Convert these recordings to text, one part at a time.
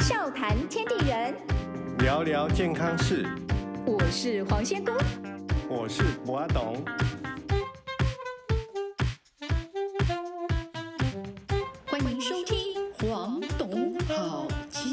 笑谈天地人，聊聊健康事，我是黄仙姑。我是博阿董。欢迎收听黄董好见。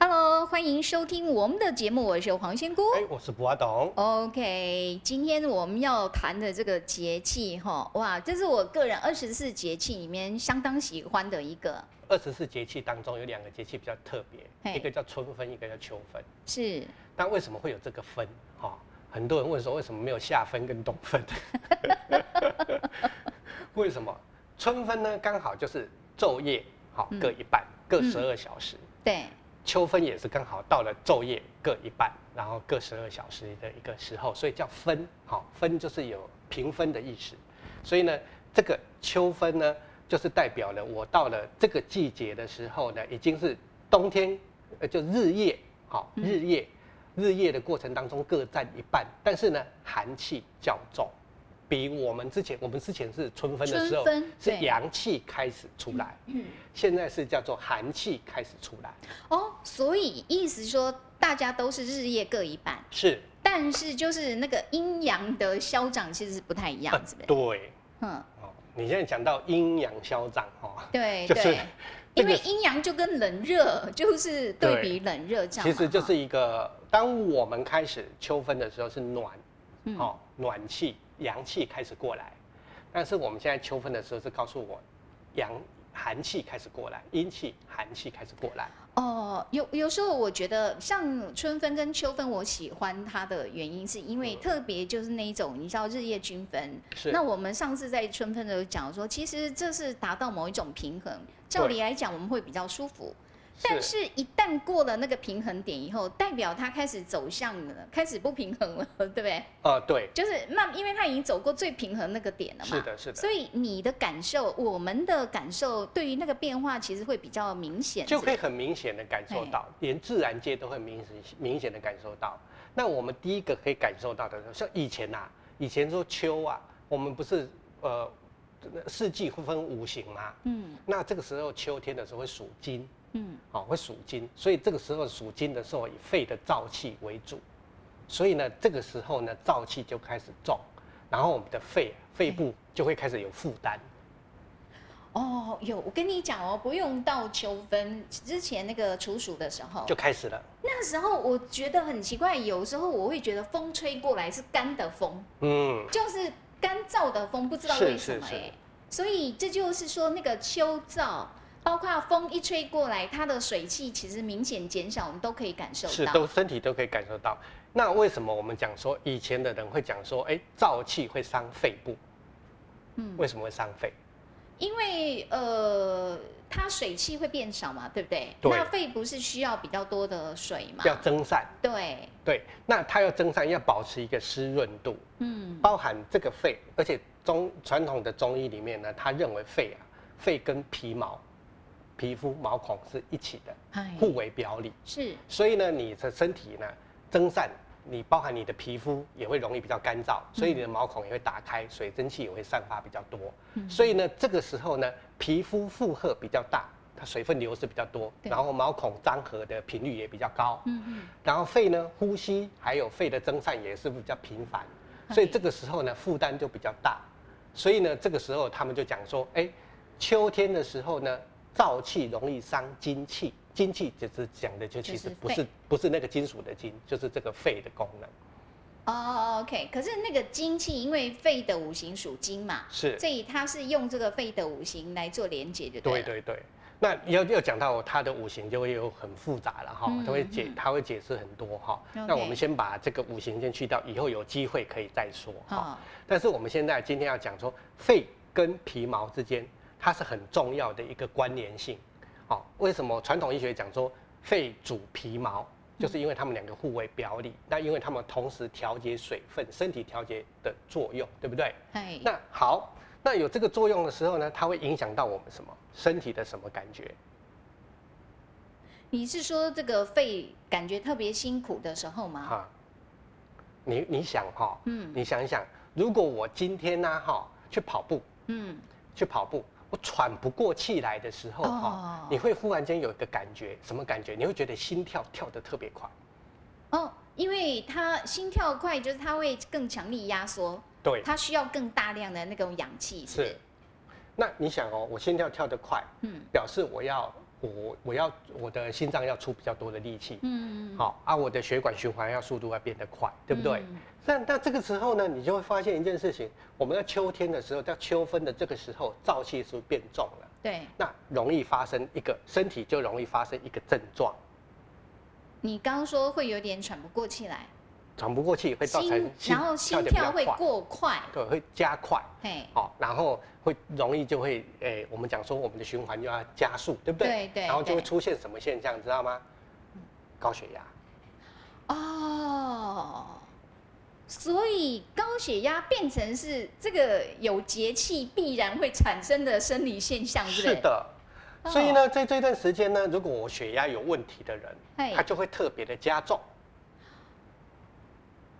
Hello，欢迎收听我们的节目，我是黄仙姑。哎，我是博董。 OK，今天我们要谈的这个节气哈，哇，这是我个人二十四节气里面相当喜欢的一个，二十四节气当中有两个节气比较特嘿别，一个叫春分，一个叫秋分。是但为什么会有这个分？哈、很多人问说为什么没有夏分跟冬分？ 为什么？春分呢，刚好就是昼夜好嗯各一半，各嗯十二小时。对，秋分也是刚好到了昼夜各一半，然后各十二小时的一个时候，所以叫分。好、分就是有平分的意思。所以呢，这个秋分呢，就是代表了我到了这个季节的时候呢，已经是冬天，呃，就日夜，好、嗯日夜，日夜的过程当中各占一半，但是呢，寒气较重，比我们之前我们之前是春分的时候春分是对嗯阳气开始出来，现在是叫做寒气开始出来，哦，所以意思说大家都是日夜各一半，是。但是就是那个阴阳的消长其实是不太一呃样，是不是？对，嗯，哦，你现在讲到阴阳消长哦，嗯对就是对，这因个为阴阳就跟冷热就是对对比冷热这样其嘛，实就哈是一个，当我们开始秋分的时候是暖，嗯哦，暖气、阳气开始过来，但是我们现在秋分的时候是告诉我，阳寒气开始过来，阴气、寒气开始过来，哦，有有时候我觉得像春分跟秋分，我喜欢它的原因是因为特别就是那一种，你知道日夜均分。嗯是那我们上次在春分的时候讲说，其实这是达到某一种平衡，照对理来讲我们会比较舒服。但是，一旦过了那个平衡点以后，代表它开始走向了，开始不平衡了，对不对？ 呃，对，就是那，因为它已经走过最平衡那个点了嘛。是的，是的。所以你的感受，我们的感受，对于那个变化，其实会比较明显。就是可以很明显的感受到，哎连自然界都会明显明显的感受到。那我们第一个可以感受到的，像以前呐、以前说秋啊，我们不是呃四季会分五行吗？嗯那这个时候秋天的时候会属金，嗯，哦，会属金，所以这个时候属金的时候以肺的燥气为主，所以呢，这个时候呢燥气就开始重，然后我们的肺肺哎部就会开始有负担。哦，有，我跟你讲哦，不用到秋分之前那个处暑的时候就，开始了，那时候我觉得很奇怪，有时候我会觉得风吹过来是干的风，嗯，就是干燥的风，不知道是为什么是哎、是所以这就是说那个秋燥。包括风一吹过来，它的水汽其实明显减少，我们都可以感受是到。都身体都可以感受到。那为什么我们讲说以前的人会讲说，哎、燥气会伤肺部？嗯，为什么会伤肺？因为呃，它水汽会变少嘛，对不对？对那肺不是需要比较多的水嘛？要蒸散，对，对，那它要蒸散，要保持一个湿润度，嗯，包含这个肺，而且中传统的中医里面呢，他认为肺啊，肺跟皮毛、皮肤毛孔是一起的，哎，互为表里。是，所以呢，你的身体呢蒸散，你包含你的皮肤也会容易比较干燥，所以你的毛孔也会打开，水蒸气也会散发比较多。嗯所以呢，这个时候呢，皮肤负荷比较大，它水分流失比较多，对然后毛孔张合的频率也比较高。嗯嗯，然后肺呢，呼吸还有肺的蒸散也是比较频繁，哎所以这个时候呢，负担就比较大。所以呢，这个时候他们就讲说，哎，秋天的时候呢，燥气容易伤精气，精气就是讲的就其就是实不肺是不是那个金属的金，就是这个肺的功能。哦，OK。可是那个精气，因为肺的五行属金嘛，是，所以它是用这个肺的五行来做连接，就对了。对对。那要要讲到它的五行就会有很复杂了哈嗯，它会解嗯它会解释很多哈。 OK 那我们先把这个五行先去掉，以后有机会可以再说哈。哦，但是我们现在今天要讲说，肺跟皮毛之间，它是很重要的一个关联性。哦，为什么传统医学讲说肺主皮毛，就是因为它们两个互为表里，那因为它们同时调节水分，身体调节的作用，对不对？哎，那好，那有这个作用的时候呢，它会影响到我们什么？身体的什么感觉？你是说这个肺感觉特别辛苦的时候吗？哈，你你想哈、啊嗯你想一想，如果我今天呢、哈去跑步，嗯，去跑步，我喘不过气来的时候哈、哦你会忽然间有一个感觉，什么感觉？你会觉得心跳跳得特别快。哦，因为它心跳快，就是它会更强力压缩，对，它需要更大量的那种氧气，是不是是？。那你想哦，我心跳跳得快，嗯表示我要我我要我的心脏要出比较多的力气，嗯，好、啊，我的血管循环要速度要变得快，对不对？嗯那那这个时候呢，你就会发现一件事情，我们在秋天的时候，到秋分的这个时候，燥气是不是变重了？对那容易发生一个身体就容易发生一个症状，你刚刚说会有点喘不过气来，喘不过气会造成心然后心得比跳较会快，过快，对，会加快，嘿，哦，然后会容易就会，诶、我们讲说我们的循环就要加速，对不对？对对然后就会对出现什么现象，知道吗？高血压。哦，所以高血压变成是这个有节气必然会产生的生理现象，是不是？的。哦所以呢，在这段时间呢，如果我血压有问题的人，嘿他就会特别的加重。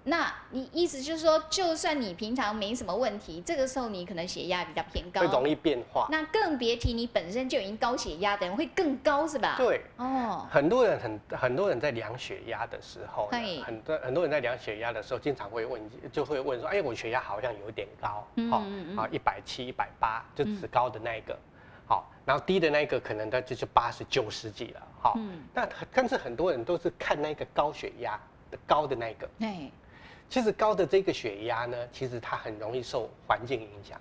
那你意思就是说，就算你平常没什么问题，这个时候你可能血压比较偏高，会容易变化。那更别提你本身就已经高血压的人会更高是吧？，对，哦，很多人很很多人在量血压的时候呢嘿，很多很多人在量血压的时候，经常会问，就会问说，哎，我血压好像有点高，嗯哦嗯嗯啊，一百七、一百八，就只高的那一个，好，然后低的那一个可能它就是八十、九十几了，好嗯，那但是很多人都是看那个高血压的高的那一个，哎，其实高的这个血压呢，其实它很容易受环境影响，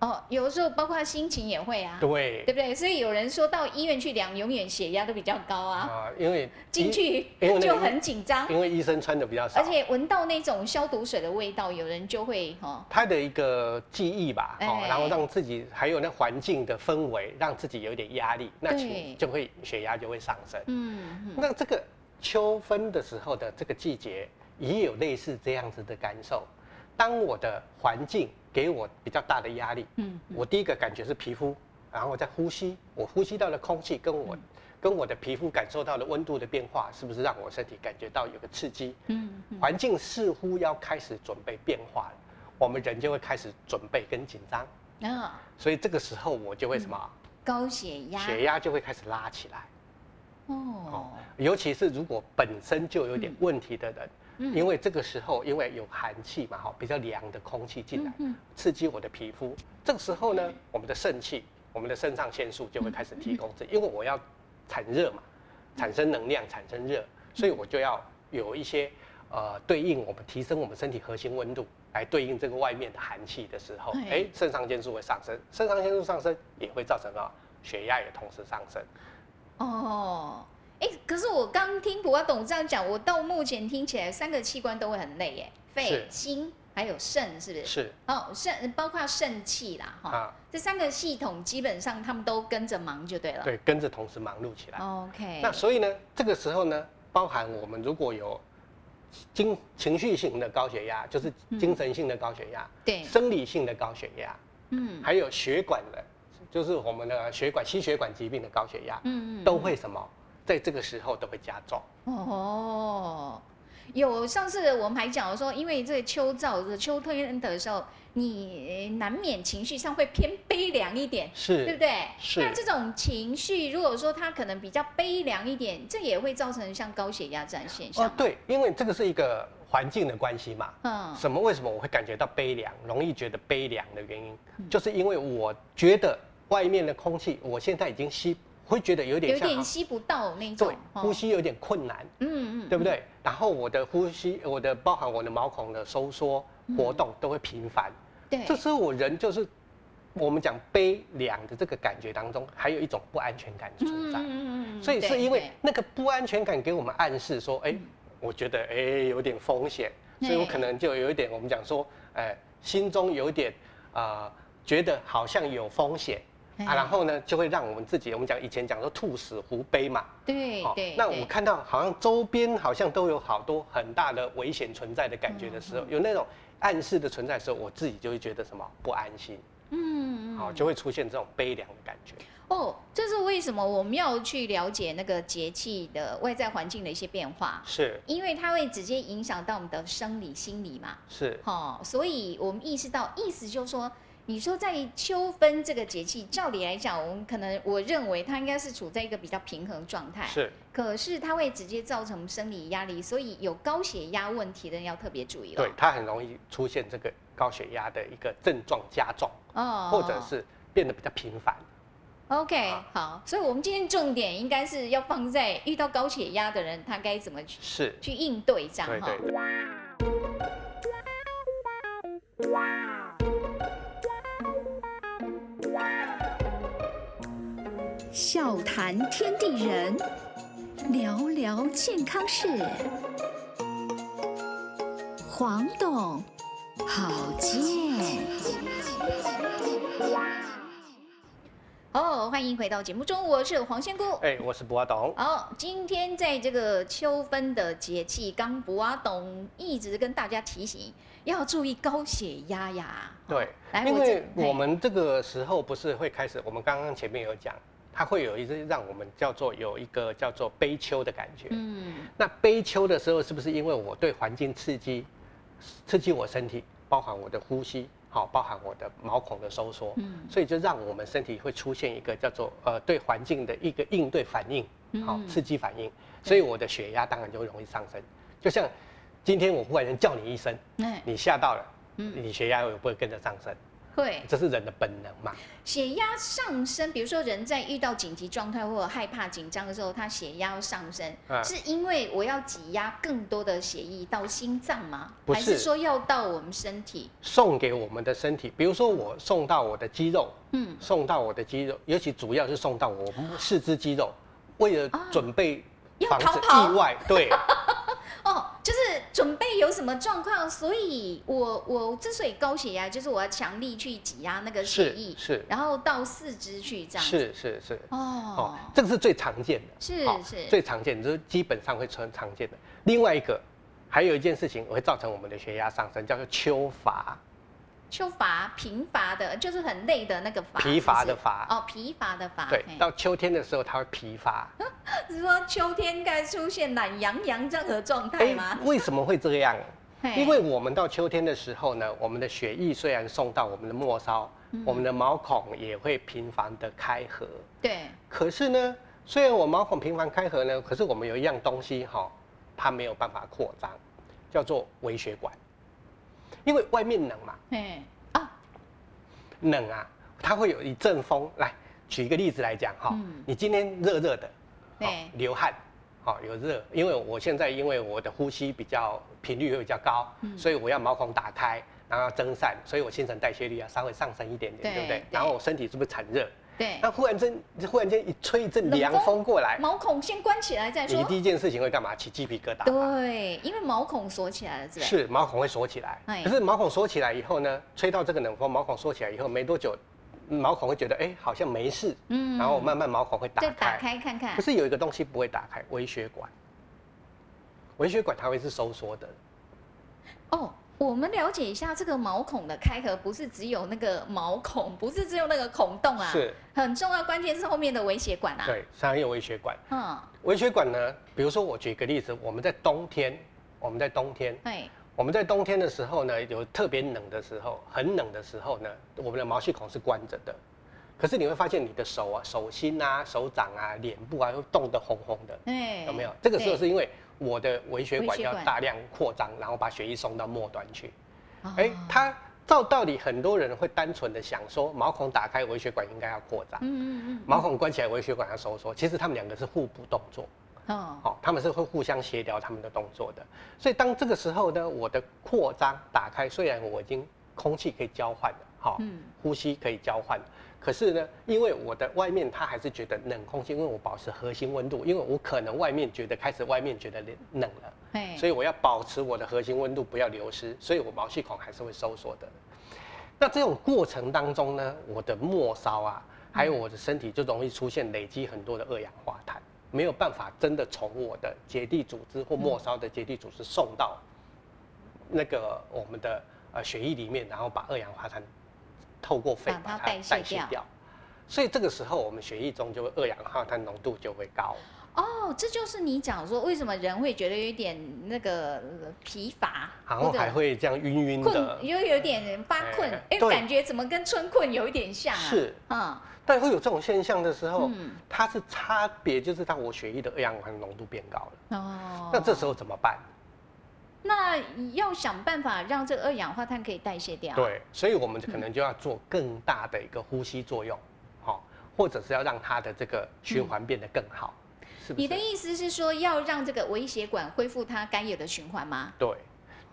哦，有的时候包括心情也会啊，对不对？所以有人说到医院去量，永远血压都比较高啊，啊，因为进医，去因为那个就很紧张，因为医生穿的比较少而。且闻到那种消毒水的味道，有人就会哦，他的一个记忆吧，哦，哎然后让自己还有那环境的氛围，让自己有一点压力，那对其就会血压就会上升。嗯，嗯那这个秋分的时候的这个季节，也有类似这样子的感受。当我的环境给我比较大的压力，嗯，我第一个感觉是皮肤，然后我在呼吸，我呼吸到的空气跟我、跟我的皮肤感受到的温度的变化，是不是让我身体感觉到有个刺激？嗯，嗯环境似乎要开始准备变化了，我们人就会开始准备跟紧张，啊，所以这个时候我就会什么，高血嗯压，血压就会开始拉起来。哦，尤其是如果本身就有点问题的人，嗯因为这个时候因为有寒气嘛，哈，比较凉的空气进来，嗯嗯刺激我的皮肤。这个时候呢，我们的肾气，我们的肾上腺素就会开始提供这，因为我要产热嘛，产生能量，产生热，所以我就要有一些呃对应我们提升我们身体核心温度，来对应这个外面的寒气的时候，哎哎，肾上腺素会上升，肾上腺素上升也会造成啊血压也同时上升。哦，哎，可是我刚听普阿董这样讲，我到目前听起来三个器官都会很累耶，肺、是心还有肾，是不是？是哦，肾包括肾气啦，哈、啊这三个系统基本上他们都跟着忙就对了。对，跟着同时忙碌起来。 ，OK。那所以呢，这个时候呢，包含我们如果有精情绪性的高血压，就是精神性的高血压，对，生理性的高血压，嗯还有血管的，就是我们的血管心血管疾病的高血压，嗯嗯，都会什么，在这个时候都会加重。哦。有上次我们还讲说，因为这个秋燥、这个秋天的时候，你呃难免情绪上会偏悲凉一点，对不是，对？是那这种情绪，如果说他可能比较悲凉一点，这也会造成像高血压这样的现象。哦，对，因为这个是一个环境的关系嘛。嗯，什么？为什么我会感觉到悲凉，容易觉得悲凉的原因，嗯就是因为我觉得外面的空气，我现在已经吸，会觉得有点有像点吸不到那种哦对，呼，吸有点困难，嗯嗯，对不对？然后我的呼吸，我的包含我的毛孔的收缩活动都会频繁，嗯对，这时候我人就是我们讲悲凉的这个感觉当中，还有一种不安全感存在。嗯所以是对因为对嗯那个不安全感给我们暗示说，哎，我觉得哎有点风险，所以我对可能就有一点我们讲说，哎，心中有一点啊、呃觉得好像有风险啊，哎然后呢就会让我们自己，我们讲以前讲说兔死狐悲嘛，对好，对，那对我看到好像周边好像都有好多很大的危险存在的感觉的时嗯候，有那种暗示的存在的时候，我自己就会觉得什么不安心，嗯嗯好、就会出现这种悲凉的感觉。哦，这是为什么我们要去了解那个节气的外在环境的一些变化，是因为它会直接影响到我们的生理、心理嘛。是，哦，所以我们意识到，意思就是说，你说在秋分这个节气，照理来讲，我们可能我认为它应该是处在一个比较平衡状态，是可是它会直接造成生理压力，所以有高血压问题的人要特别注意了。对，，它很容易出现这个高血压的一个症状加重，哦或者是变得比较频繁。 OK，啊好，所以我们今天重点应该是要放在遇到高血压的人，他该怎么去是，去应对这样对哈。对对，笑谈天地人，聊聊健康事。黄董，好健。哦欢迎回到节目中，我是黄仙姑。哎、我是博董。好，今天在这个秋分的节气，刚博阿董一直跟大家提醒要注意高血压呀。对，来因我为这哎我们这个时候不是会开始，我们刚刚前面有讲，它会有一些让我们叫做有一个叫做悲秋的感觉。嗯，那悲秋的时候，是不是因为我对环境刺激，刺激我身体，包含我的呼吸，好，包含我的毛孔的收缩，嗯所以就让我们身体会出现一个叫做呃对环境的一个应对反应，好，嗯刺激反应，所以我的血压当然就容易上升。就像今天我忽然间叫你一声，哎，你吓到了，嗯你血压也不会跟着上升，会这是人的本能嘛。血压上升，比如说人在遇到紧急状态或者害怕、紧张的时候，他血压要上升，嗯是因为我要挤压更多的血液到心脏吗？不还是是说要到我们身体？送给我们的身体，比如说我送到我的肌肉，嗯，送到我的肌肉，尤其主要是送到我四肢肌肉，为了啊准备要防止逃跑意外，对哦，就是准备有什么状况，所以我我之所以高血压，就是我要强力去挤压那个血是 液，是然后到四肢去这样子。是是是，哦哦，，这个是最常见的，是好是最常见的，就是基本上会常常见的。另外一个，还有一件事情会造成我们的血压上升，叫做秋乏，就乏贫乏的，就是很累的那个乏，疲乏是不的是乏哦，疲乏的乏。对嘿，哦到秋天的时候它会疲乏。是说秋天该出现懒洋洋这样的状态吗？为什么会这样？嘿哎因为我们到秋天的时候呢，我们的血液虽然送到我们的末梢，嗯我们的毛孔也会频繁的开合。对，可是呢，虽然我毛孔频繁开合呢，可是我们有一样东西哈、它没有办法扩张，叫做微血管。因为外面冷嘛，嘿啊，冷啊，它会有一阵风。来，举一个例子来讲哈、嗯你今天热热的，对哦流汗，哦，有热，因为我现在因为我的呼吸比较频率会比较高，嗯所以我要毛孔打开，然后要蒸散，所以我新陈代谢率啊要稍微上升一点点，对对不对对？然后我身体是不是产热？对那，忽然间，忽然间一吹一阵冷凉风风过来，毛孔先关起来再哎你说。第一件事情会干嘛？起鸡皮疙瘩嘛。对，因为毛孔锁起来了，是不是毛孔会锁起来哎，可是毛孔锁起来以后呢，吹到这个冷风，毛孔锁起来以后没多久，毛孔会觉得哎、好像没事，嗯然后慢慢毛孔会打就开，打开看看可。是有一个东西不会打开，微血管。微血管它会是收缩的，哦，我们了解一下这个毛孔的开合，不是只有那个毛孔，不是只有那个孔洞啊，是很重要，关键是后面的微血管啊。，对，商业微血管。嗯，微血管呢，比如说我举一个例子，我们在冬天，我们在冬天，对，我们在冬天的时候呢，有特别冷的时候，很冷的时候呢，我们的毛细孔是关着的。可是你会发现你的手啊、手心啊、手掌啊、脸部啊，都冻得红红的，哎，有没有？这个时候对是因为我的微血微管血要管大量扩张，然后把血液送到末端去。哦哎、它照道理，很多人会单纯的想说，毛孔打开，微血管应该要扩张；嗯嗯毛孔关起来，微血管要收缩。其实他们两个是互补动作，嗯，哦，好、他们是会互相协调他们的动作的。所以当这个时候呢，我的扩张打开，虽然我已经空气可以交换了，好、嗯呼吸可以交换了，可是呢，因为我的外面它还是觉得冷空气，因为我保持核心温度，因为我可能外面觉得开始外面觉得冷冷了。哎，所以以我要保持我的核心温度不要流失，所以我毛细孔还是会收缩的。那这种过程当中呢，我的末梢啊，还有我的身体就容易出现累积很多的二氧化碳，没有办法真的从我的结缔组织或末梢的结缔组织送到那个我们的呃血液里面，然后把二氧化碳透过肺把它把它代谢代谢掉掉。所以这个时候，我们血液中就会二氧化碳浓度就会高。哦，这就是你讲说为什么人会觉得有一点那个呃疲乏，然后或者还会这样晕晕的困，，又有点发困，哎哎，对感觉怎么跟春困有一点像啊？是。嗯，但会有这种现象的时候，嗯它是差别就是当我血液的二氧化碳浓度变高了，哦，那这时候怎么办？那要想办法让这个二氧化碳可以代谢掉。，啊对，所以我们就可能就要做更大的一个呼吸作用，好、或者是要让它的这个循环变得更好，是不你是的？意思是说要让这个微血管恢复它该有的循环吗？对。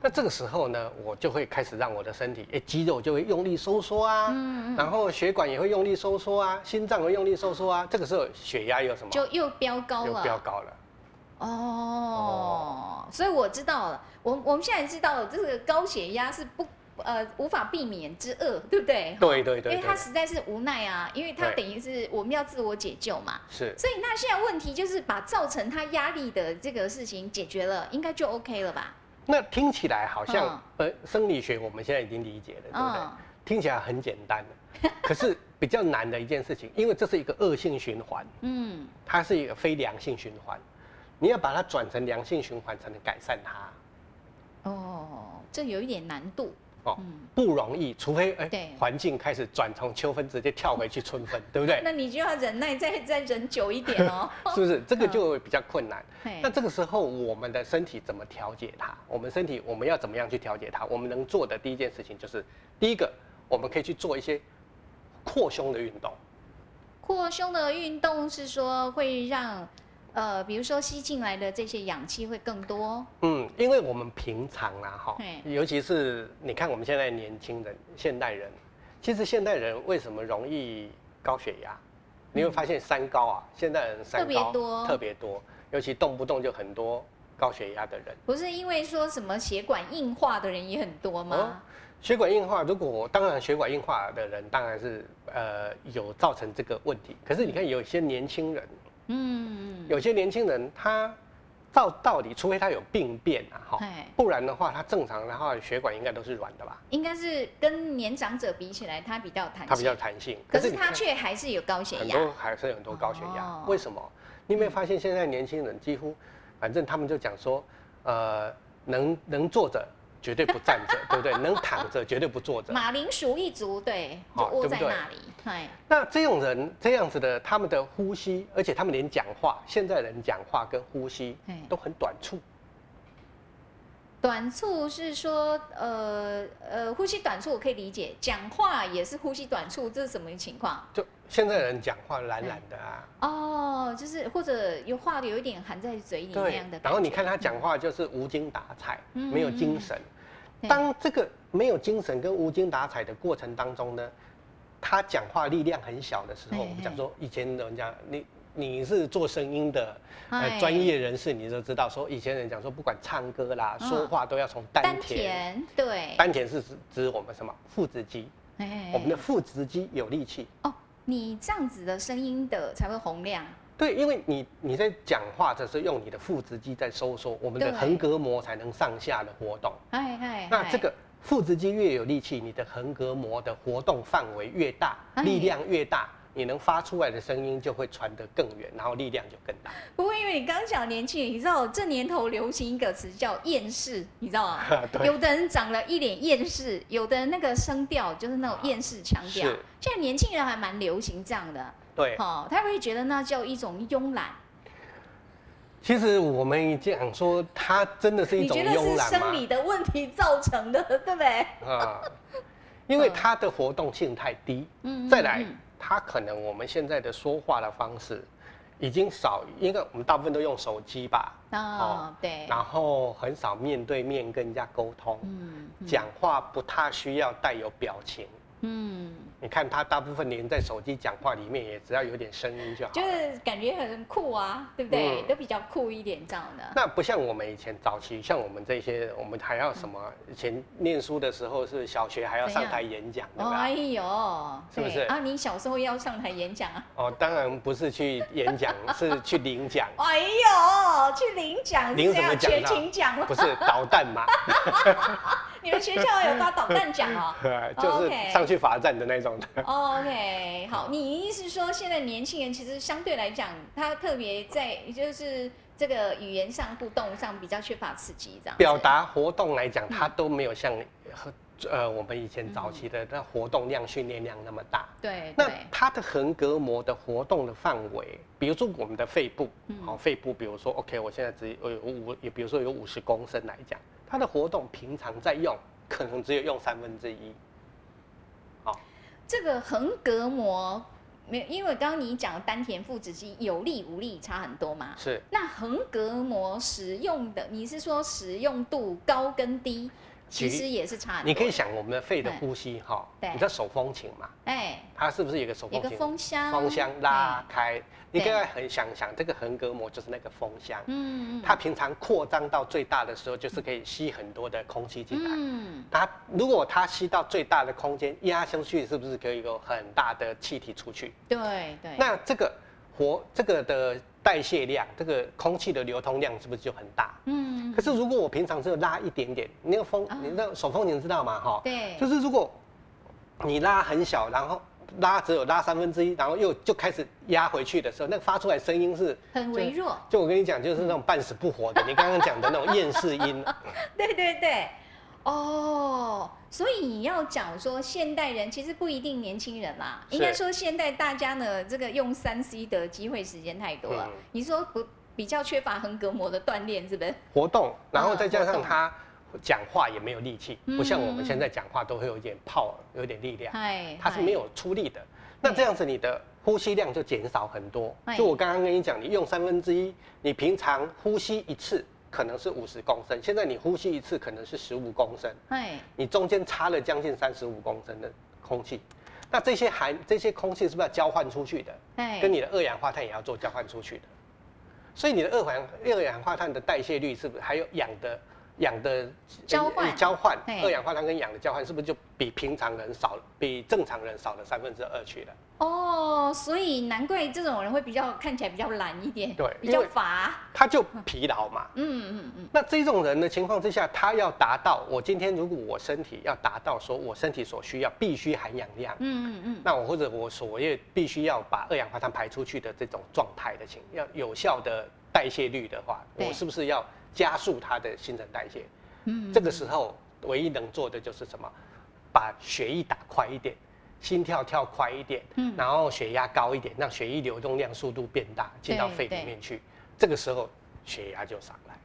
那这个时候呢，我就会开始让我的身体，哎、肌肉就会用力收缩啊，嗯然后血管也会用力收缩啊，心脏会用力收缩啊。这个时候血压又什么？就又飙高又了。飙高了。哦，所以我知道了。我我们现在知道了，这个高血压是不呃无法避免之恶，对不对？对对对哎因为他对，实在是无奈啊，因为他对等于是我们要自我解救嘛。是所以那现在问题就是把造成他压力的这个事情解决了，应该就 OK 了吧？那听起来好像嗯、呃，生理学我们现在已经理解了，对不对？嗯听起来很简单， 可是比较难的一件事情，因为这是一个恶性循环，嗯，它是一个非良性循环，你要把它转成良性循环才能改善它，哦，这有一点难度。哦嗯，不容易，除非哎对环境开始转从秋分直接跳回去春分，对 不对？那你就要忍耐，再再忍久一点 哦。是不是这个就比较困难？嘿那这个时候我们的身体怎么调节它？我们身体我们要怎么样去调节它？我们能做的第一件事情就是，第一个我们可以去做一些扩胸的运动。扩胸的运动是说会让呃，比如说吸进来的这些氧气会更多。嗯，因为我们平常啊，哈嘿，尤其是你看我们现在年轻人、现代人，其实现代人为什么容易高血压？你会发现三高啊，现代人嗯三特别高多特别多，尤其动不动就很多高血压的人。不是因为说什么血管硬化的人也很多哦吗？血管硬化，如果当然血管硬化的人当然是呃有造成这个问题，可是你看有些年轻人，嗯，有些年轻人他照道理，除非他有病变啊，哈哎，不然的话他正常的话血管应该都是软的吧，应该是跟年长者比起来，他比较弹它比较性，弹性。可是你他看却还是有高血很压。多还是有很多高血哦压，为什么？你有没有发现现在年轻人几乎，呃反正他们就讲说，呃，能能坐着绝对不站着，对不对？能躺着绝对不坐着。马铃薯一族，对，就好窝哦对不在对那里。哎，那这种人这样子的，他们的呼吸，而且他们连讲话，现在人讲话跟呼吸嘿都很短促，短促是说，呃呃，呼吸短促我可以理解，讲话也是呼吸短促，这是什么情况？就现在人讲话懒懒的啊，哦，就是或者有话有一点含在嘴里那样的感觉。然后你看他讲话就是无精打采，嗯没有精神。对当这个没有精神跟无精打采的过程当中呢，他讲话力量很小的时候，嘿我们讲说以前人家你你是做声音的哎呃专业人士，你就知道说以前人讲说不管唱歌啦、嗯说话都要从丹丹田。田，对，丹田是指指我们什么腹直肌，哎我们的腹直肌有力气。哦，你这样子的声音的才会洪亮。对，因为你你在讲话的时候用你的腹直肌在收缩，我们的对横膈膜才能上下的活动。哎哎，那哎这个腹直肌越有力气，你的横膈膜的活动范围越大，哎力量越大，你能发出来的声音就会传得更远，然后力量就更大。不过因为你刚讲年轻人，你知道这年头流行一个词叫厌世，你知道吗？ 对有的人长了一脸厌世，有的人那个声调就是那种厌世腔调是。现在年轻人还蛮流行这样的，对，哦，他会觉得那叫一种慵懒，其实我们讲说它真的是一你种觉得慵是懒生理吗？的问题造成的， 对不对？啊，因为嗯它的活动性太低。嗯再来嗯嗯，他可能我们现在的说话的方式已经少，因为我们大部分都用手机吧，哦，对，然后很少面对面跟人家沟通，嗯嗯讲话不太需要带有表情。嗯，你看他大部分连在手机讲话里面也只要有点声音就好就了。是感觉很酷啊，对不对？嗯都比较酷一点这样的。那不像我们以前早期，像我们这些，我们还要什么？以前念书的时候是小学还要怎样上台演讲，对哦，吧哎？呦，是不对是啊，你小时候要上台演讲啊？哦，当然不是去 演讲，是去领奖。哎呦，去领奖，领是什么要奖啊全 呢勤奖了不。是导弹嘛？你们学校有发导弹奖 哦。呃就是 OK 上去罚站的那种的。哦 OK，好，你意思是说现在年轻人其实相对来讲，他特别在就是这个语言上、互动上比较缺乏刺激，这样子表达活动来讲，它都没有像和呃我们以前早期的那活动量、训练量那么大。对那嗯对，它的横膈膜的活动的范围，比如说我们的肺部，好、嗯肺部，比如说 OK，我现在只有有五，也比如说有五十公升来讲，它的活动平常在用，可能只有用三分之一。这个横膈膜没有，因为刚刚你讲丹田腹直肌有力无力差很多嘛。是那横膈膜使用的，你是说使用度高跟低，其举实也是差很多。你可以，想我们的肺的对呼吸哈，啊对你知道手风琴嘛？哎，它是不是有一个手有风个琴？风箱，风箱拉开，你对可以很想想，这个横膈膜就是那个风箱。哎，嗯，嗯它平常扩张到最大的时候，就是可以吸很多的空气进来。嗯，它如果它吸到最大的空间，压上去是不是可以有很大的气体出去？对对，那这个活这个的代谢量，这个空气的流通量是不是就很大？嗯，可是如果我平常只有拉一点点，那个风啊，你那个手风琴知道吗？哈，对，就是如果你拉很小，然后拉只有拉三分之一，然后又就开始压回去的时候，那个发出来声音是很微弱，就我跟你讲，就是那种半死不活的，你刚刚讲的那种厌世音， 对对对，哦，所以你要讲说现代人其实不一定年轻人啦，是应该说现代大家呢，这个用三 C 的机会时间太多了嗯。你说不比较缺乏横膈膜的锻炼，是不是？活动，然后嗯再加活上动他讲话也没有力气，嗯不像我们现在讲话都会有一点泡，有点力量，嗨，他是没有出力的。那这样子你的呼吸量就减少很多哎。就我刚刚跟你讲，你用三分之一，你平常呼吸一次可能是五十公升，现在你呼吸一次可能是十五公升。嗨，你中间差了将近三十五公升的空气，那这些含这些空气是不是要交换出去的？嗨，跟你的二氧化碳也要做交换出去的，所以你的二氧二氧化碳的代谢率是不是还有氧的氧的交换哎呃交换嘿二氧化碳跟氧的交换是不是就比平常人少了，比正常人少了三分之二去了？哦，所以难怪这种人会比较看起来比较懒一点，对比较因为乏，他就疲劳嘛。嗯嗯嗯，那这种人的情况之下，他要达到我今天如果我身体要达到说我身体所需要必须含氧量，嗯嗯嗯，那我或者我所谓必须要把二氧化碳排出去的这种状态的情，要有效的代谢率的话，对我是不是要加速它的新陈代谢？嗯这个时候唯一能做的就是什么？把血液打快一点，心跳跳快一点，嗯然后血压高一点，让血液流动量速度变大，进到对肺里面去。这个时候血压就上来了。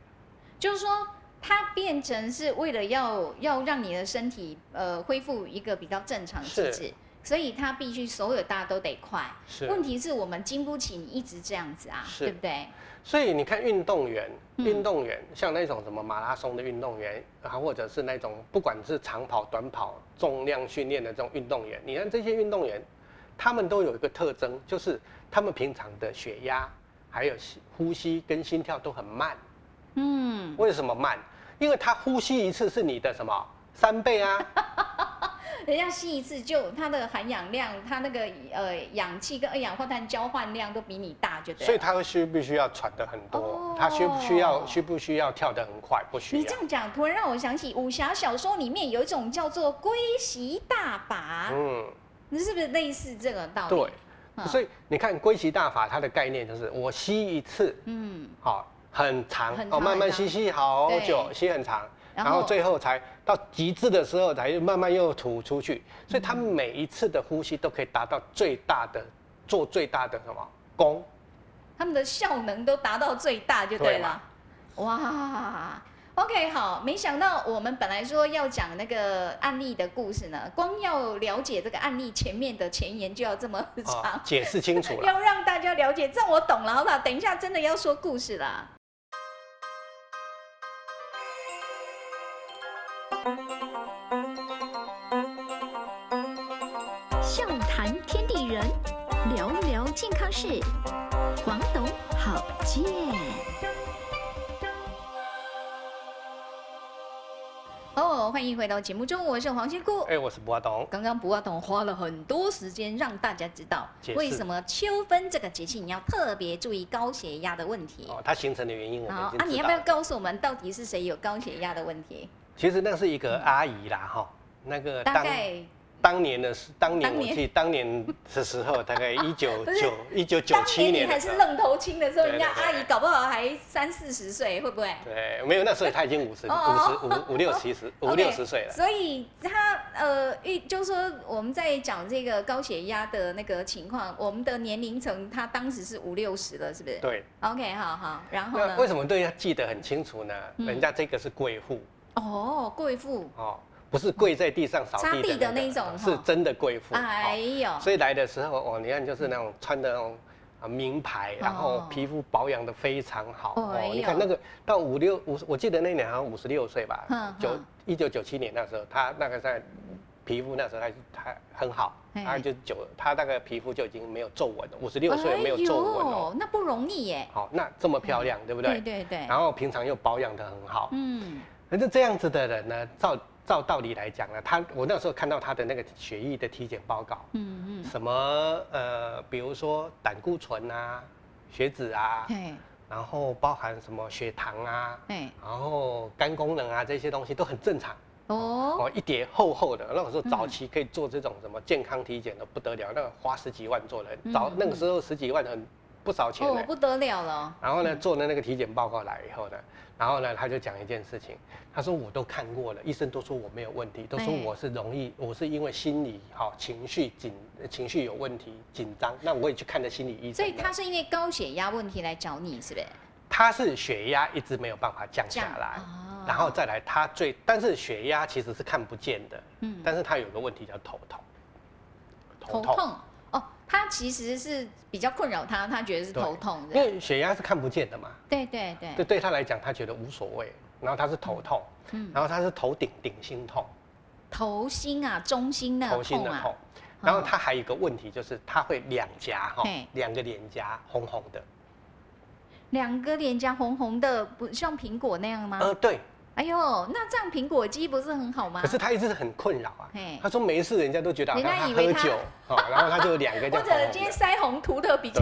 就是说，它变成是为了要要让你的身体呃恢复一个比较正常的机是制，所以它必须所有大家都得快。是问题是我们经不起你一直这样子啊，是对不对？所以你看运动员，嗯运动员像那种什么马拉松的运动员，啊，或者是那种不管是长跑、短跑、重量训练的这种运动员，你看这些运动员，他们都有一个特征，就是他们平常的血压、还有吸呼吸跟心跳都很慢。嗯，为什么慢？因为他呼吸一次是你的什么三倍啊？人家吸一次就它的含氧量，它那个呃氧气跟二氧化碳交换量都比你大，就对了。所以他需必须要喘的很啊哦多，他需不需要需不需要跳得很快？不需你要这。样讲，突然让我想起武侠小说里面有一种叫做“龟息大法嗯。”，你是不是类似这个道理？对，嗯所以你看归习大法，它的概念就是我吸一次，嗯，好、很长很，长哦，慢很慢长吸吸好对久，吸很长，然然后后最后才到极致的时候才慢慢又吐出去，嗯所以它每一次的呼吸都可以达到最大的，做最大的什么功，他们的效能都达到最大就对对了嘛。哇，OK，好，没想到我们本来说要讲那个案例的故事呢，光要了解这个案例前面的前言就要这么长， 啊，解释清楚了。要让大家了解，这样我懂了，好不好？等一下真的要说故事啦。笑谈天地人，聊聊健康事。黄董好健，哦，欢迎回到节目中，我是黄仙姑。哎，我是博董，刚刚不二董花了很多时间让大家知道解释为什么秋分这个节气你要特别注意高血压的问题。哦，它形成的原因我嗯们好啊已经知道啊，了。你要不要告诉我们到底是谁有高血压的问题？其实那是一个阿姨啦，哈，那个大当概当年的是当年当我年记当年的时候，大 概一九不是九一九九当七年你年还的是时候，愣头青的时候，对人家对阿对姨搞不好还三四十岁，会不会？对，没有那时候他已经五十哦五十五五六七十 五 OK，六十岁了，所以他呃，一就是说我们在讲这个高血压的那个情况，我们的年龄层他当时是五六十了，是不是？对。 OK，好好，然后那为呢？什么对他记得很清楚呢？嗯人家这个是贵妇哦，贵妇，哦，不是跪在地上扫擦嗯地地的的那那一一种种，哈是真的贵妇。哎哦呦，所以来的时候，哦，你看就是那种穿的那种啊名牌，然后哦皮肤保养的非常好哎哦呦。你看那个到五六五十，我记得那年好像五十六岁吧哼，九哼一九九七年那时候，他那个在皮肤那时候还还很好，嘿哎他就九他那个皮肤就已经没有皱纹了，五十六岁没有皱纹哦。哎呦那不容易耶。好，那这么漂亮，对不嗯对对？对对，然后平常又保养的很好，嗯，可是这样子的人呢，照照道理来讲呢，他我那时候看到他的那个血液的体检报告，嗯嗯，什么呃，比如说胆固醇啊、血脂啊，哎然后包含什么血糖啊，哎，然后肝功能啊这些东西都很正常哦，哦，一叠厚厚的。那个时候早期可以做这种什么健康体检的不得了，那个花十几万做的嗯，早嗯那个时候十几万很不少钱哦呢。不得了了，然后呢，做了那个体检报告来以后呢，然后呢，他就讲一件事情，他说我都看过了，医生都说我没有问题，都说哎我是容易，我是因为心理哈、情绪紧情绪有问题紧张，那我也去看了心理医生了。所以他是因为高血压问题来找你，是不是？他是血压一直没有办法降下来，啊然后再来他最，但是血压其实是看不见的，嗯但是他有个问题叫头痛，头痛哦，他其实是比较困扰他，他觉得是头痛因的，为血压是看不见的嘛，对对对，这对他来讲他觉得无所谓，然后他是头痛，嗯，然后他是头顶顶心痛。头心啊，中心那头个心痛的啊痛，。然后他还有一个问题就是他会两颊哈嘿，两个脸颊红红的。两个脸颊红红的，不像苹果那样吗？呃，对，哎呦，那这样苹果肌不是很好吗可？是他一直很困扰啊嘿。他说没事，人家都觉得好像人家他以为喝他酒哦， 然后他就两个这或样红者红今天的。腮红涂的比较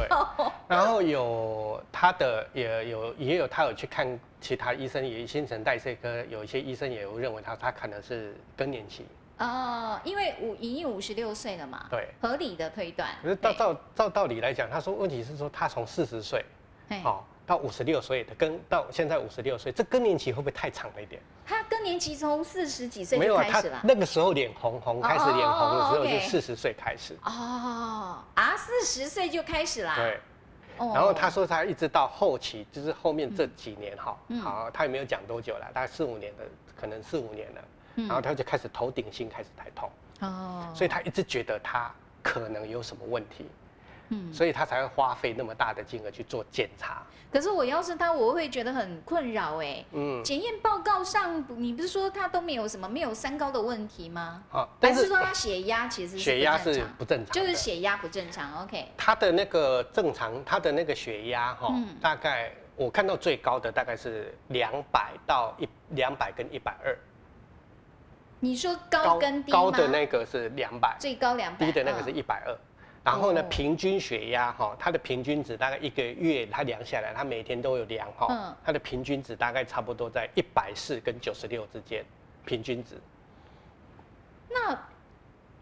然后有他的也有也有他有去看其他医生，也新陈代谢科有一些医生也有认为他他可能是更年期。 哦，因为五已经五十六岁了嘛，对，合理的推断。可是照对照照道理来讲，他说问题是说他从四十岁嘿哦到五十六岁的跟到现在五十六岁，这更年期会不会太长了一点？他更年期从四十几岁没就有啊，开他始了。那个时候脸红红，开始脸红的时哦哦哦候就，OK 四十岁开始。哦啊，四十岁就开始啦。对，哦，然后他说他一直到后期，就是后面这几年哈嗯，好，他也没有讲多久了，大概四五年的，可能四五年了。嗯然后他就开始头顶心开始抬痛，哦，所以他一直觉得他可能有什么问题，嗯，所以他才会花费那么大的金额去做检查。可是我要是他，我会觉得很困扰哎。嗯，检验报告上，你不是说他都没有什么没有三高的问题吗？啊，还但是是说他血压其实是血压不正是常不正常的，就是血压不正常，OK，他的那个正常，他的那个血压哈、嗯大概我看到最高的大概是两百到一两百跟一百二，你说高跟低吗？高的那个是两百，最嗯高两百，低的那个是一百二。然后呢，哦平均血压哈，它的平均值大概一个月，它量下来，它每天都有量哈，嗯它的平均值大概差不多在一百四跟九十六之间，平均值。那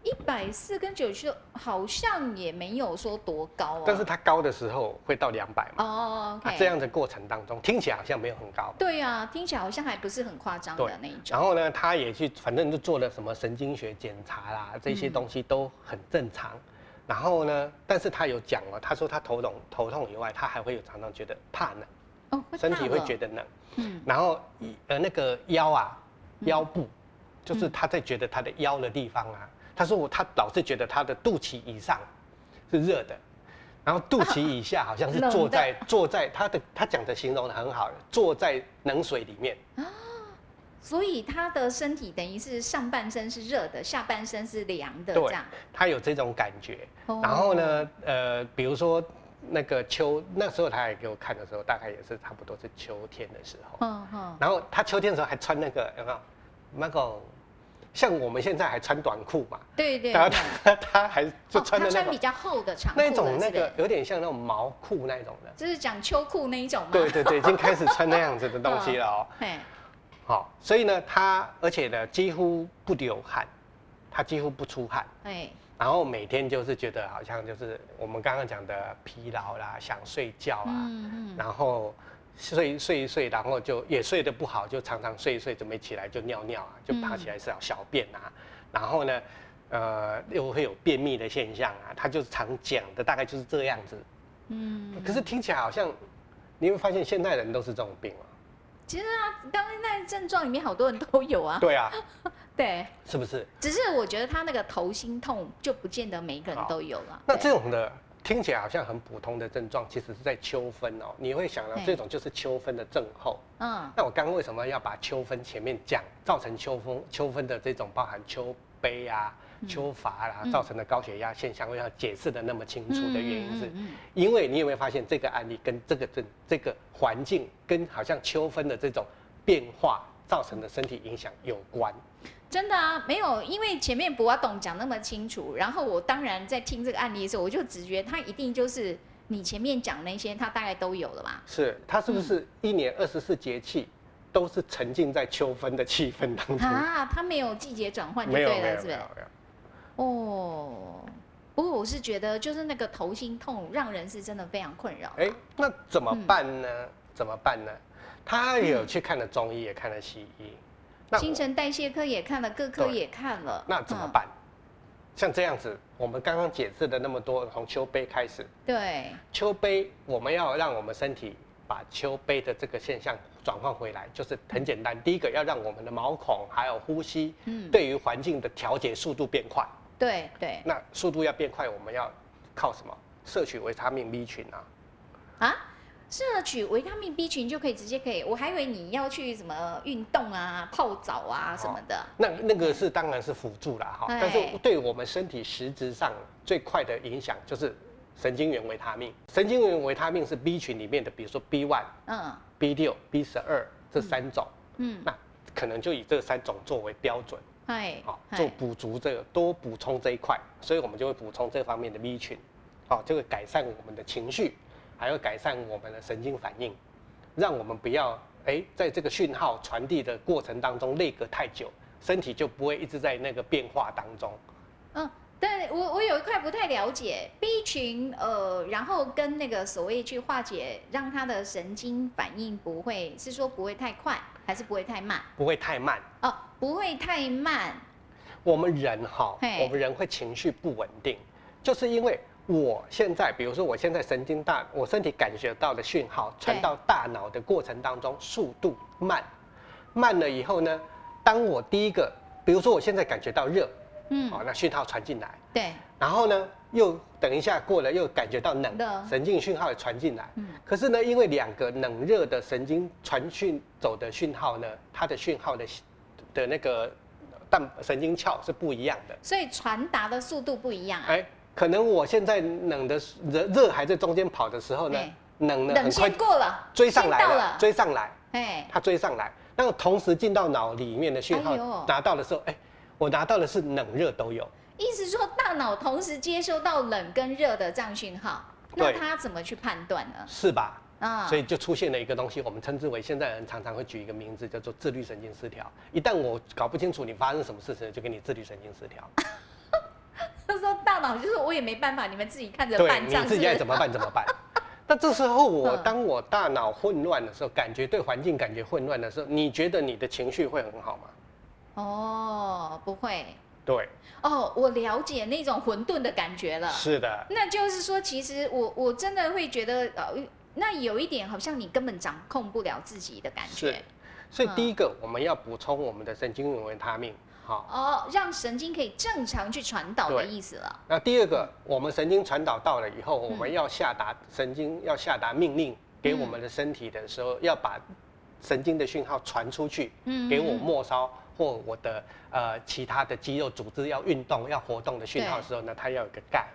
一百四跟九十好像也没有说多高啊，但是它高的时候会到两百嘛，哦啊，OK，这样的过程当中听起来好像没有很高，对啊，听起来好像还不是很夸张对的那一种，然后呢，他也去，反正就做了什么神经学检查啦，这些嗯东西都很正常。然后呢，但是他有讲哦，他说他头痛头痛以外，他还会有常常觉得怕冷，哦，身体会觉得，得冷。嗯，然后一呃那个腰啊，嗯腰部，就是他在觉得他的腰的地方啊，他说我他老是觉得他的肚脐以上是热的。然后肚脐以下好像是冷的坐在坐在他的他讲的形容的很好，坐在冷水里面，所以他的身体等于是上半身是热的，下半身是凉的，对这样，他有这种感觉。哦然后？呢，呃，比如说那个秋，那时候他来给我看的时候，大概也是差不多是秋天的时候。嗯嗯，然后他秋天的时候还穿那个有没有那个，像我们现在还穿短裤嘛，对对然后对他他还 就哦穿他的那穿比种较厚的长裤那了，种那是不个是有点像那种毛裤那种的。就是讲秋裤那一种吗？对对对，已经开始穿那样子的东西了哦。嘿，好、所以呢，他而且呢几乎不流汗，他几乎不出汗，哎，然后每天就是觉得好像就是我们刚刚讲的疲劳啦，想睡觉啊，嗯嗯，然后睡睡一睡，然后就也睡得不好，就常常睡一睡，准备起来就尿尿啊，就爬起来是要小便啊，然后呢，呃，又会有便秘的现象啊，他就常讲的大概就是这样子。嗯，可是听起来好像，你会发现现代人都是这种病啊。其实啊，当那症状里面好多人都有啊，对啊，对，是不是？ 只是我觉得他那个头心痛就不见得每一个人都有了。那对这种的听起来好像很普通的症状，其实是在秋分哦。你会想到对这种就是秋分的症候。嗯那我刚刚为什么要把秋分前面讲，造成秋风秋分的这种包含秋悲啊、秋乏啦、啊嗯造成的高血压现象，我要解释的那么清楚的原因是，嗯嗯嗯因为你有没有发现这个案例跟这个症、这个环境跟好像秋分的这种变化造成的身体影响有关？真的啊，没有，因为前面博阿董讲那么清楚，然后我当然在听这个案例的时候，我就直觉他一定就是你前面讲那些，他大概都有了吧？是它是不是嗯一年二十四节气都是沉浸在秋分的气氛当中？啊，他没有季节转换就嗯没对有没了，有是不没有是？没有，哦，不过我是觉得就是那个头心痛，让人是真的非常困扰。哎、那怎么办呢？嗯怎么办呢？他有去看了中医，也看了西医，那我新陈代谢科也看了，各科对也看了，那怎么嗯？办？像这样子，我们刚刚解释的那么多，从秋悲开始，对，秋悲我们要让我们身体把秋悲的这个现象转换回来，就是很简单。第一个要让我们的毛孔还有呼吸嗯，对于环境的调节速度变快，对对那速度要变快，我们要靠什么？摄取维他命 B 群啊，啊。摄取维他命 B 群就可以直接可以，我还以为你要去什么运动啊、泡澡啊什么的。那那个是当然是辅助啦哈，对但是对我们身体实质上最快的影响就是神经元维他命。神经元维他命是 B 群里面的，比如说 B one、嗯 B 六、B 十二这三种，嗯，那可能就以这三种作为标准，哎好、哎做补足这个多补充这一块，所以我们就会补充这方面的 B 群，好、就会改善我们的情绪，还有改善我们的神经反应，让我们不要哎在这个讯号传递的过程当中内隔太久，身体就不会一直在那个变化当中。嗯，但我我有一块不太了解 B 群，呃，然后跟那个所谓去化解，让他的神经反应不会是说不会太快，还是不会太慢？不会太慢，哦，不会太慢，我们人哈嘿，我们人会情绪不稳定，就是因为我现在，比如说我现在神经大，我身体感觉到的讯号传对到大脑的过程当中，速度慢，慢了以后呢，当我第一个，比如说我现在感觉到热，嗯，哦，那讯号传进来，对，然后呢，又等一下过了，又感觉到冷冷，神经讯号也传进来。嗯可是呢，因为两个冷热的神经传讯走的讯号呢，它的讯号的的那个蛋神经鞘是不一样的。所以传达的速度不一样啊。哎，可能我现在冷的热热还在中间跑的时候呢哎，冷呢冷很快先过了，追上来先到了，了，追上来，哎，它追上来，那个同时进到脑里面的讯哎呦号拿到的时候，哎，我拿到的是冷热都有。意思说大脑同时接收到冷跟热的这样讯号，那对他怎么去判断呢？是吧？啊所以就出现了一个东西，我们称之为现在人常常会举一个名字叫做自律神经失调。一旦我搞不清楚你发生什么事情，就给你自律神经 失调。他说大脑就是我也没办法，你们自己看着对，办，这你样自己爱是怎么办怎 么办？那这时候我嗯当我大脑混乱的时候，感觉对环境感觉混乱的时候，你觉得你的情绪会很好吗？哦，不会对，哦，我了解那种混沌的感觉了。是的，那就是说，其实我我真的会觉得，呃，那有一点好像你根本掌控不了自己的感是觉。。所以第一个，我们要补充我们的神经元维他命，好，哦，让神经可以正常去传导的对意思了。那第二个，我们神经传导到了以后，嗯我们要下达神经要下达命令给我们的身体的时候，要把神经的讯号传出去，嗯给我末梢或我的呃其他的肌肉组织要运动要活动的讯号的时候呢，它要有个钙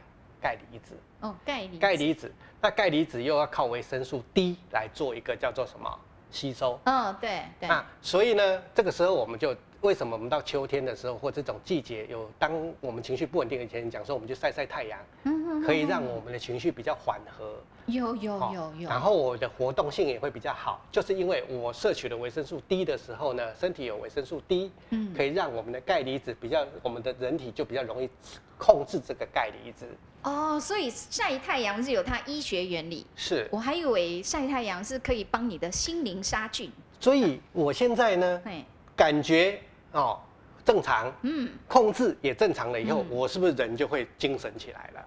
钙离子，哦，钙离钙子，离子，那钙离子又要靠维生素 D 来做一个叫做什么吸收。嗯，对对，啊那所以呢，这个时候我们就为什么我们到秋天的时候或这种季节有，当我们情绪不稳定以前，讲说我们去晒晒太阳，嗯哼可以让我们的情绪比较缓和，有有哦有有，然后我的活动性也会比较好，就是因为我摄取的维生素 D 的时候呢，身体有维生素 D，嗯可以让我们的钙离子比较，我们的人体就比较容易控制这个钙离子。哦，所以晒太阳是有它医学原理。是，我还以为晒太阳是可以帮你的心灵杀菌，所以我现在呢，哎，感觉哦正常，嗯，控制也正常了以后嗯，我是不是人就会精神起来了？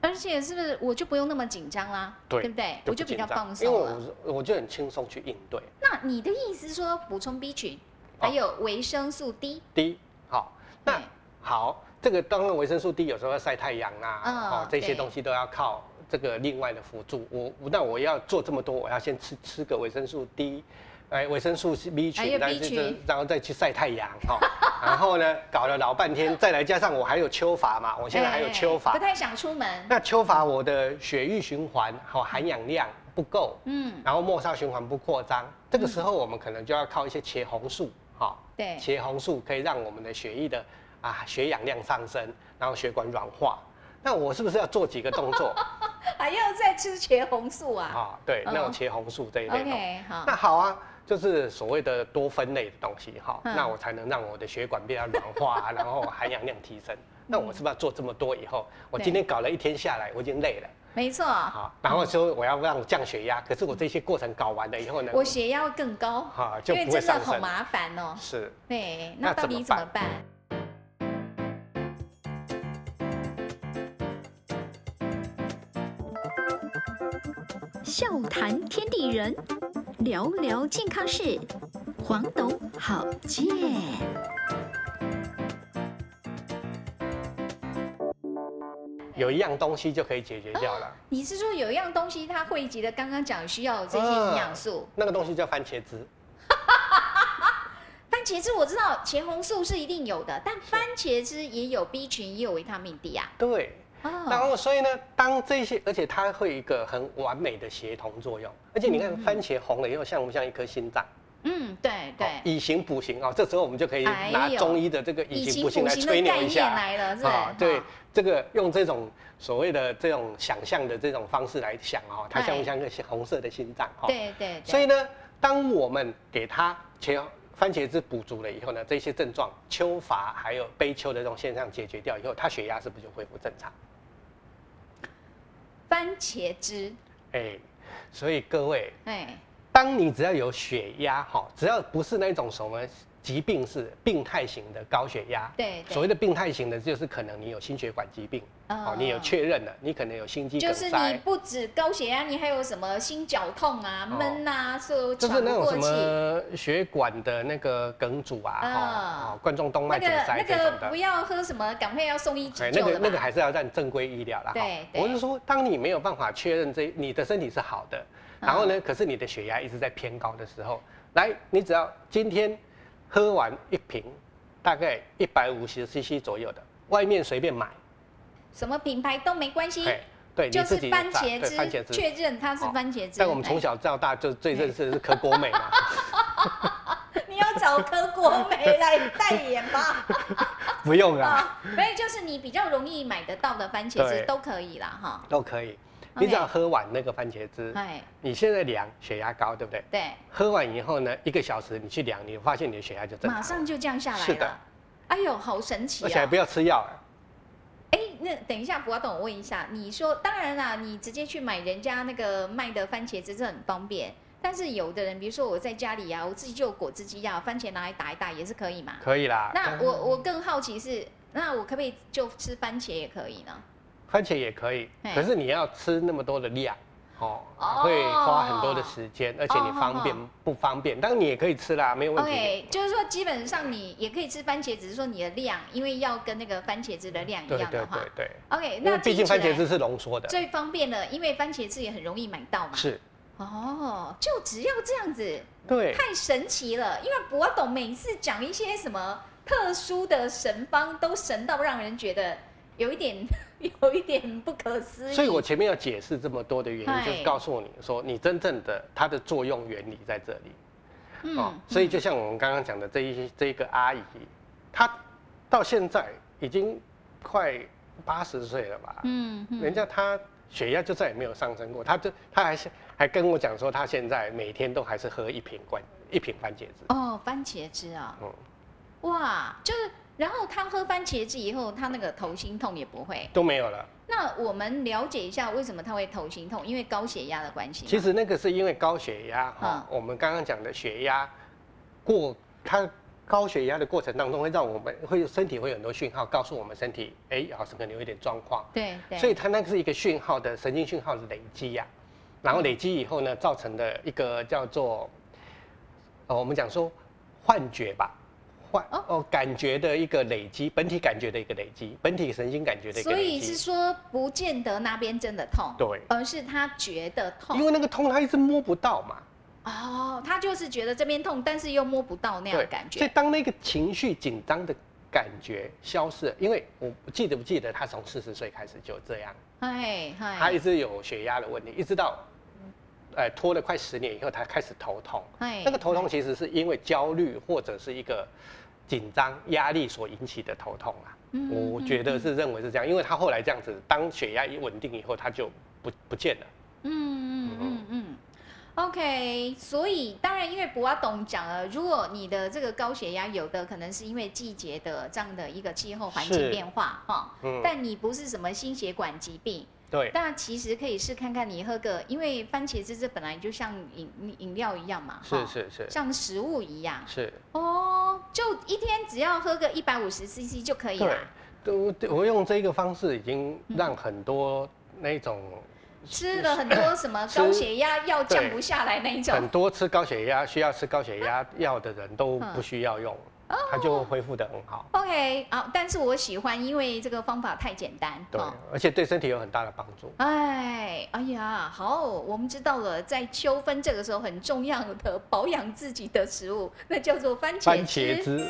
而且是不是我就不用那么紧张啦？对不对？哎我就不比较紧张放因为松了。我我就很轻松去应对。那你的意思说补充 B 群，还有维生素 D，第一，好，哦那对好，这个当然维生素 D 有时候要晒太阳啊，嗯哦，这些对东西都要靠这个另外的辅助。我那我要做这么多，我要先吃吃个维生素 D，哎，维生素 B 还有群，然后 B 就群然后再去晒太阳哈、哦然后呢，搞了老半天，再来加上我还有秋乏嘛，我现在还有哎秋乏不，太想出门。那秋乏我的血液循环好、含氧量不够，嗯，然后末梢循环不扩张，这个时候我们可能就要靠一些茄红素，哈、对茄红素可以让我们的血液的啊血氧量上升，然后血管软化。那我是不是要做几个动 作还要再吃茄红素啊、啊。对，嗯那种茄红素这一类的。 OK，好那。好啊，就是所谓的多酚类的东西哈、嗯那我才能让我的血管变得软化、啊，然后含氧量提升。那我是不是要做这么多以后，我对今天搞了一天下来，我已经累了，没错，好，然后说我要让我降血压，可是我这些过程搞完了以后呢，我血压会更高，哈就因为不会真的上好升。麻烦哦。是，对，那那到怎底么怎办么办？笑谈天地人，聊聊健康事。黄董好健，有一样东西就可以解决掉了，你是说有一样东西它汇集的，刚刚讲需要有这些营嗯养素？那个东西叫番茄汁。番茄汁我知道茄红素是一定有的，但番茄汁也有 B 群，也有维他命 D 啊。对，然哦，后所以呢，当这些，而且它会有一个很完美的协同作用，而且你看番茄红了以后，像不像一颗心脏？嗯，对哦对，以形补形啊，这时候我们就可以哎拿呦中医的这个以形补形来吹的概牛一念下。来了，是啊吧？对哦，这个用这种所谓的这种想象的这种方式来想哦，它像不像一个红色的心脏？哦对对对，所以呢，当我们给它茄番茄汁补足了以后呢，这些症状秋乏还有悲秋的这种现象解决掉以后，它血压是不是就恢复正常？番茄汁，哎、所以各位，哎，当你只要有血压哈，只要不是那种什么疾病是病态型的高血压，对对所谓的病态型的就是可能你有心血管疾病，哦，你有嗯确认了，你可能有心肌梗就是你塞。不止高血压，你还有什么心绞痛啊、哦闷啊，是就喘是那不种过什气。么血管的那个梗阻啊，嗯哈、哦，冠状动那脉个梗塞那这种的，个不要喝什么，赶快要送医急哎，那救个的那个吧。还是要让正规医疗啦。哈对对我是说，当你没有办法确认这你的身体是好的，嗯然后呢，可是你的血压一直在偏高的时候，来，你只要今天喝完一瓶，大概一百五十 CC 左右的，外面随便买，什么品牌都没关系，哎，对，你就自是己番榨茄对番汁茄，汁。确认它是哦番茄汁。但我们从小到大就最认识的是可果美嘛，哎，你要找柯 国美来代言吧？不用啦，啊，所以就是你比较容易买得到的番茄汁对都可以啦，哈。都可以。 OK 你只要喝完那个番茄汁，哎，你现在量血压高，对不对？对，喝完以后呢，一个小时你去量，你发现你的血压就正常了。马上就降下来是的了。哎呦，好神奇而且还啊不！要吃药，哎，那等一下，不要等我问一下，你说当然啦，你直接去买人家那个卖的番茄汁是很方便，但是有的人，比如说我在家里啊，我自己就有果汁机啊，番茄拿来打一打也是可以嘛。可以啦。那我我更好奇是，那我可不可以就吃番茄也可以呢？番茄也可以，嘿可是你要吃那么多的量哦，哦会花很多的时间，而且你方便哦不方便？当然你也可以吃啦，没有问题。 OK，就是说基本上你也可以吃番茄，只是说你的量，因为要跟那个番茄汁的量一对样对的话对对， ，OK，因那为毕听竟起来番茄汁是浓缩的，最方便了，因为番茄汁也很容易买到嘛。是，哦，就只要这样子，对，太神奇了。因为博董每次讲一些什么特殊的神方，都神到让人觉得有一点 有一点不可思议。所以我前面要解释这么多的原因，嗨就是告诉你说，你真正的它的作用原理在这里。哦嗯，，所以就像我们刚刚讲的这一这一个阿姨，她到现在已经快八十岁了吧？嗯，嗯人家她血压就再也没有上升过，她就她还是还跟我讲说，她现在每天都还是喝一瓶罐一瓶番茄汁。哦，番茄汁啊，嗯，哇，就是，然后他喝番茄汁以后，他那个头心痛也不会。都没有了。那我们了解一下为什么他会头心痛，因为高血压的关系吗。其实那个是因为高血压哈、我们刚刚讲的血压过，它高血压的过程当中会让我们会身体会有很多讯号告诉我们身体，哎，好像可能有一点状况。对对，所以它那个是一个讯号的神经讯号的累积呀、然后累积以后呢，造成的一个叫做，呃，我们讲说幻觉吧，幻哦哦感觉的一个累积，本体感觉的一个累积，本体神经感觉的一个所累以是积。说不见得那边真的痛，对而是他觉得因痛。为那个痛它一直摸不到嘛，哦，他就是觉得这边痛，但是又摸不到那样对，的感所以觉。当那个情绪紧张的感觉消失了，因为我不记得不记得他从四十岁开始就这样，哎他一哎直有血压的问题，一直到，呃，拖了快十年以后，他开始头痛。哎那个头痛其实是因为焦虑或者是一个紧张、压力所引起的头痛啊。嗯我觉得是认为是这样，因为他后来这样子，当血压一稳定以后，他就不不见了。嗯嗯嗯嗯。OK，所以当然，因为博阿董讲了，如果你的这个高血压，有的可能是因为季节的这样的一个气候环境是变化哈，嗯，但你不是什么心血管疾病，对，那其实可以试看看你喝个，因为番茄汁这本来就像饮饮料一样嘛，是哈是是像食物一样是。哦，就一天只要喝个一百五十 CC 就可以对啦。，都对我用这个方式已经让很多那种嗯吃了很多什么吃高血压药对降不下来那一种很，多吃高血压需要吃高血压药的人都不需要用，嗯哦他就会恢复的很好。 OK，好，但是我喜欢，因为这个方法太简单。对哦，而且对身体有很大的帮助。哎，哎呀，好，我们知道了，在秋分这个时候很重要的保养自己的食物，那叫做番茄番茄汁，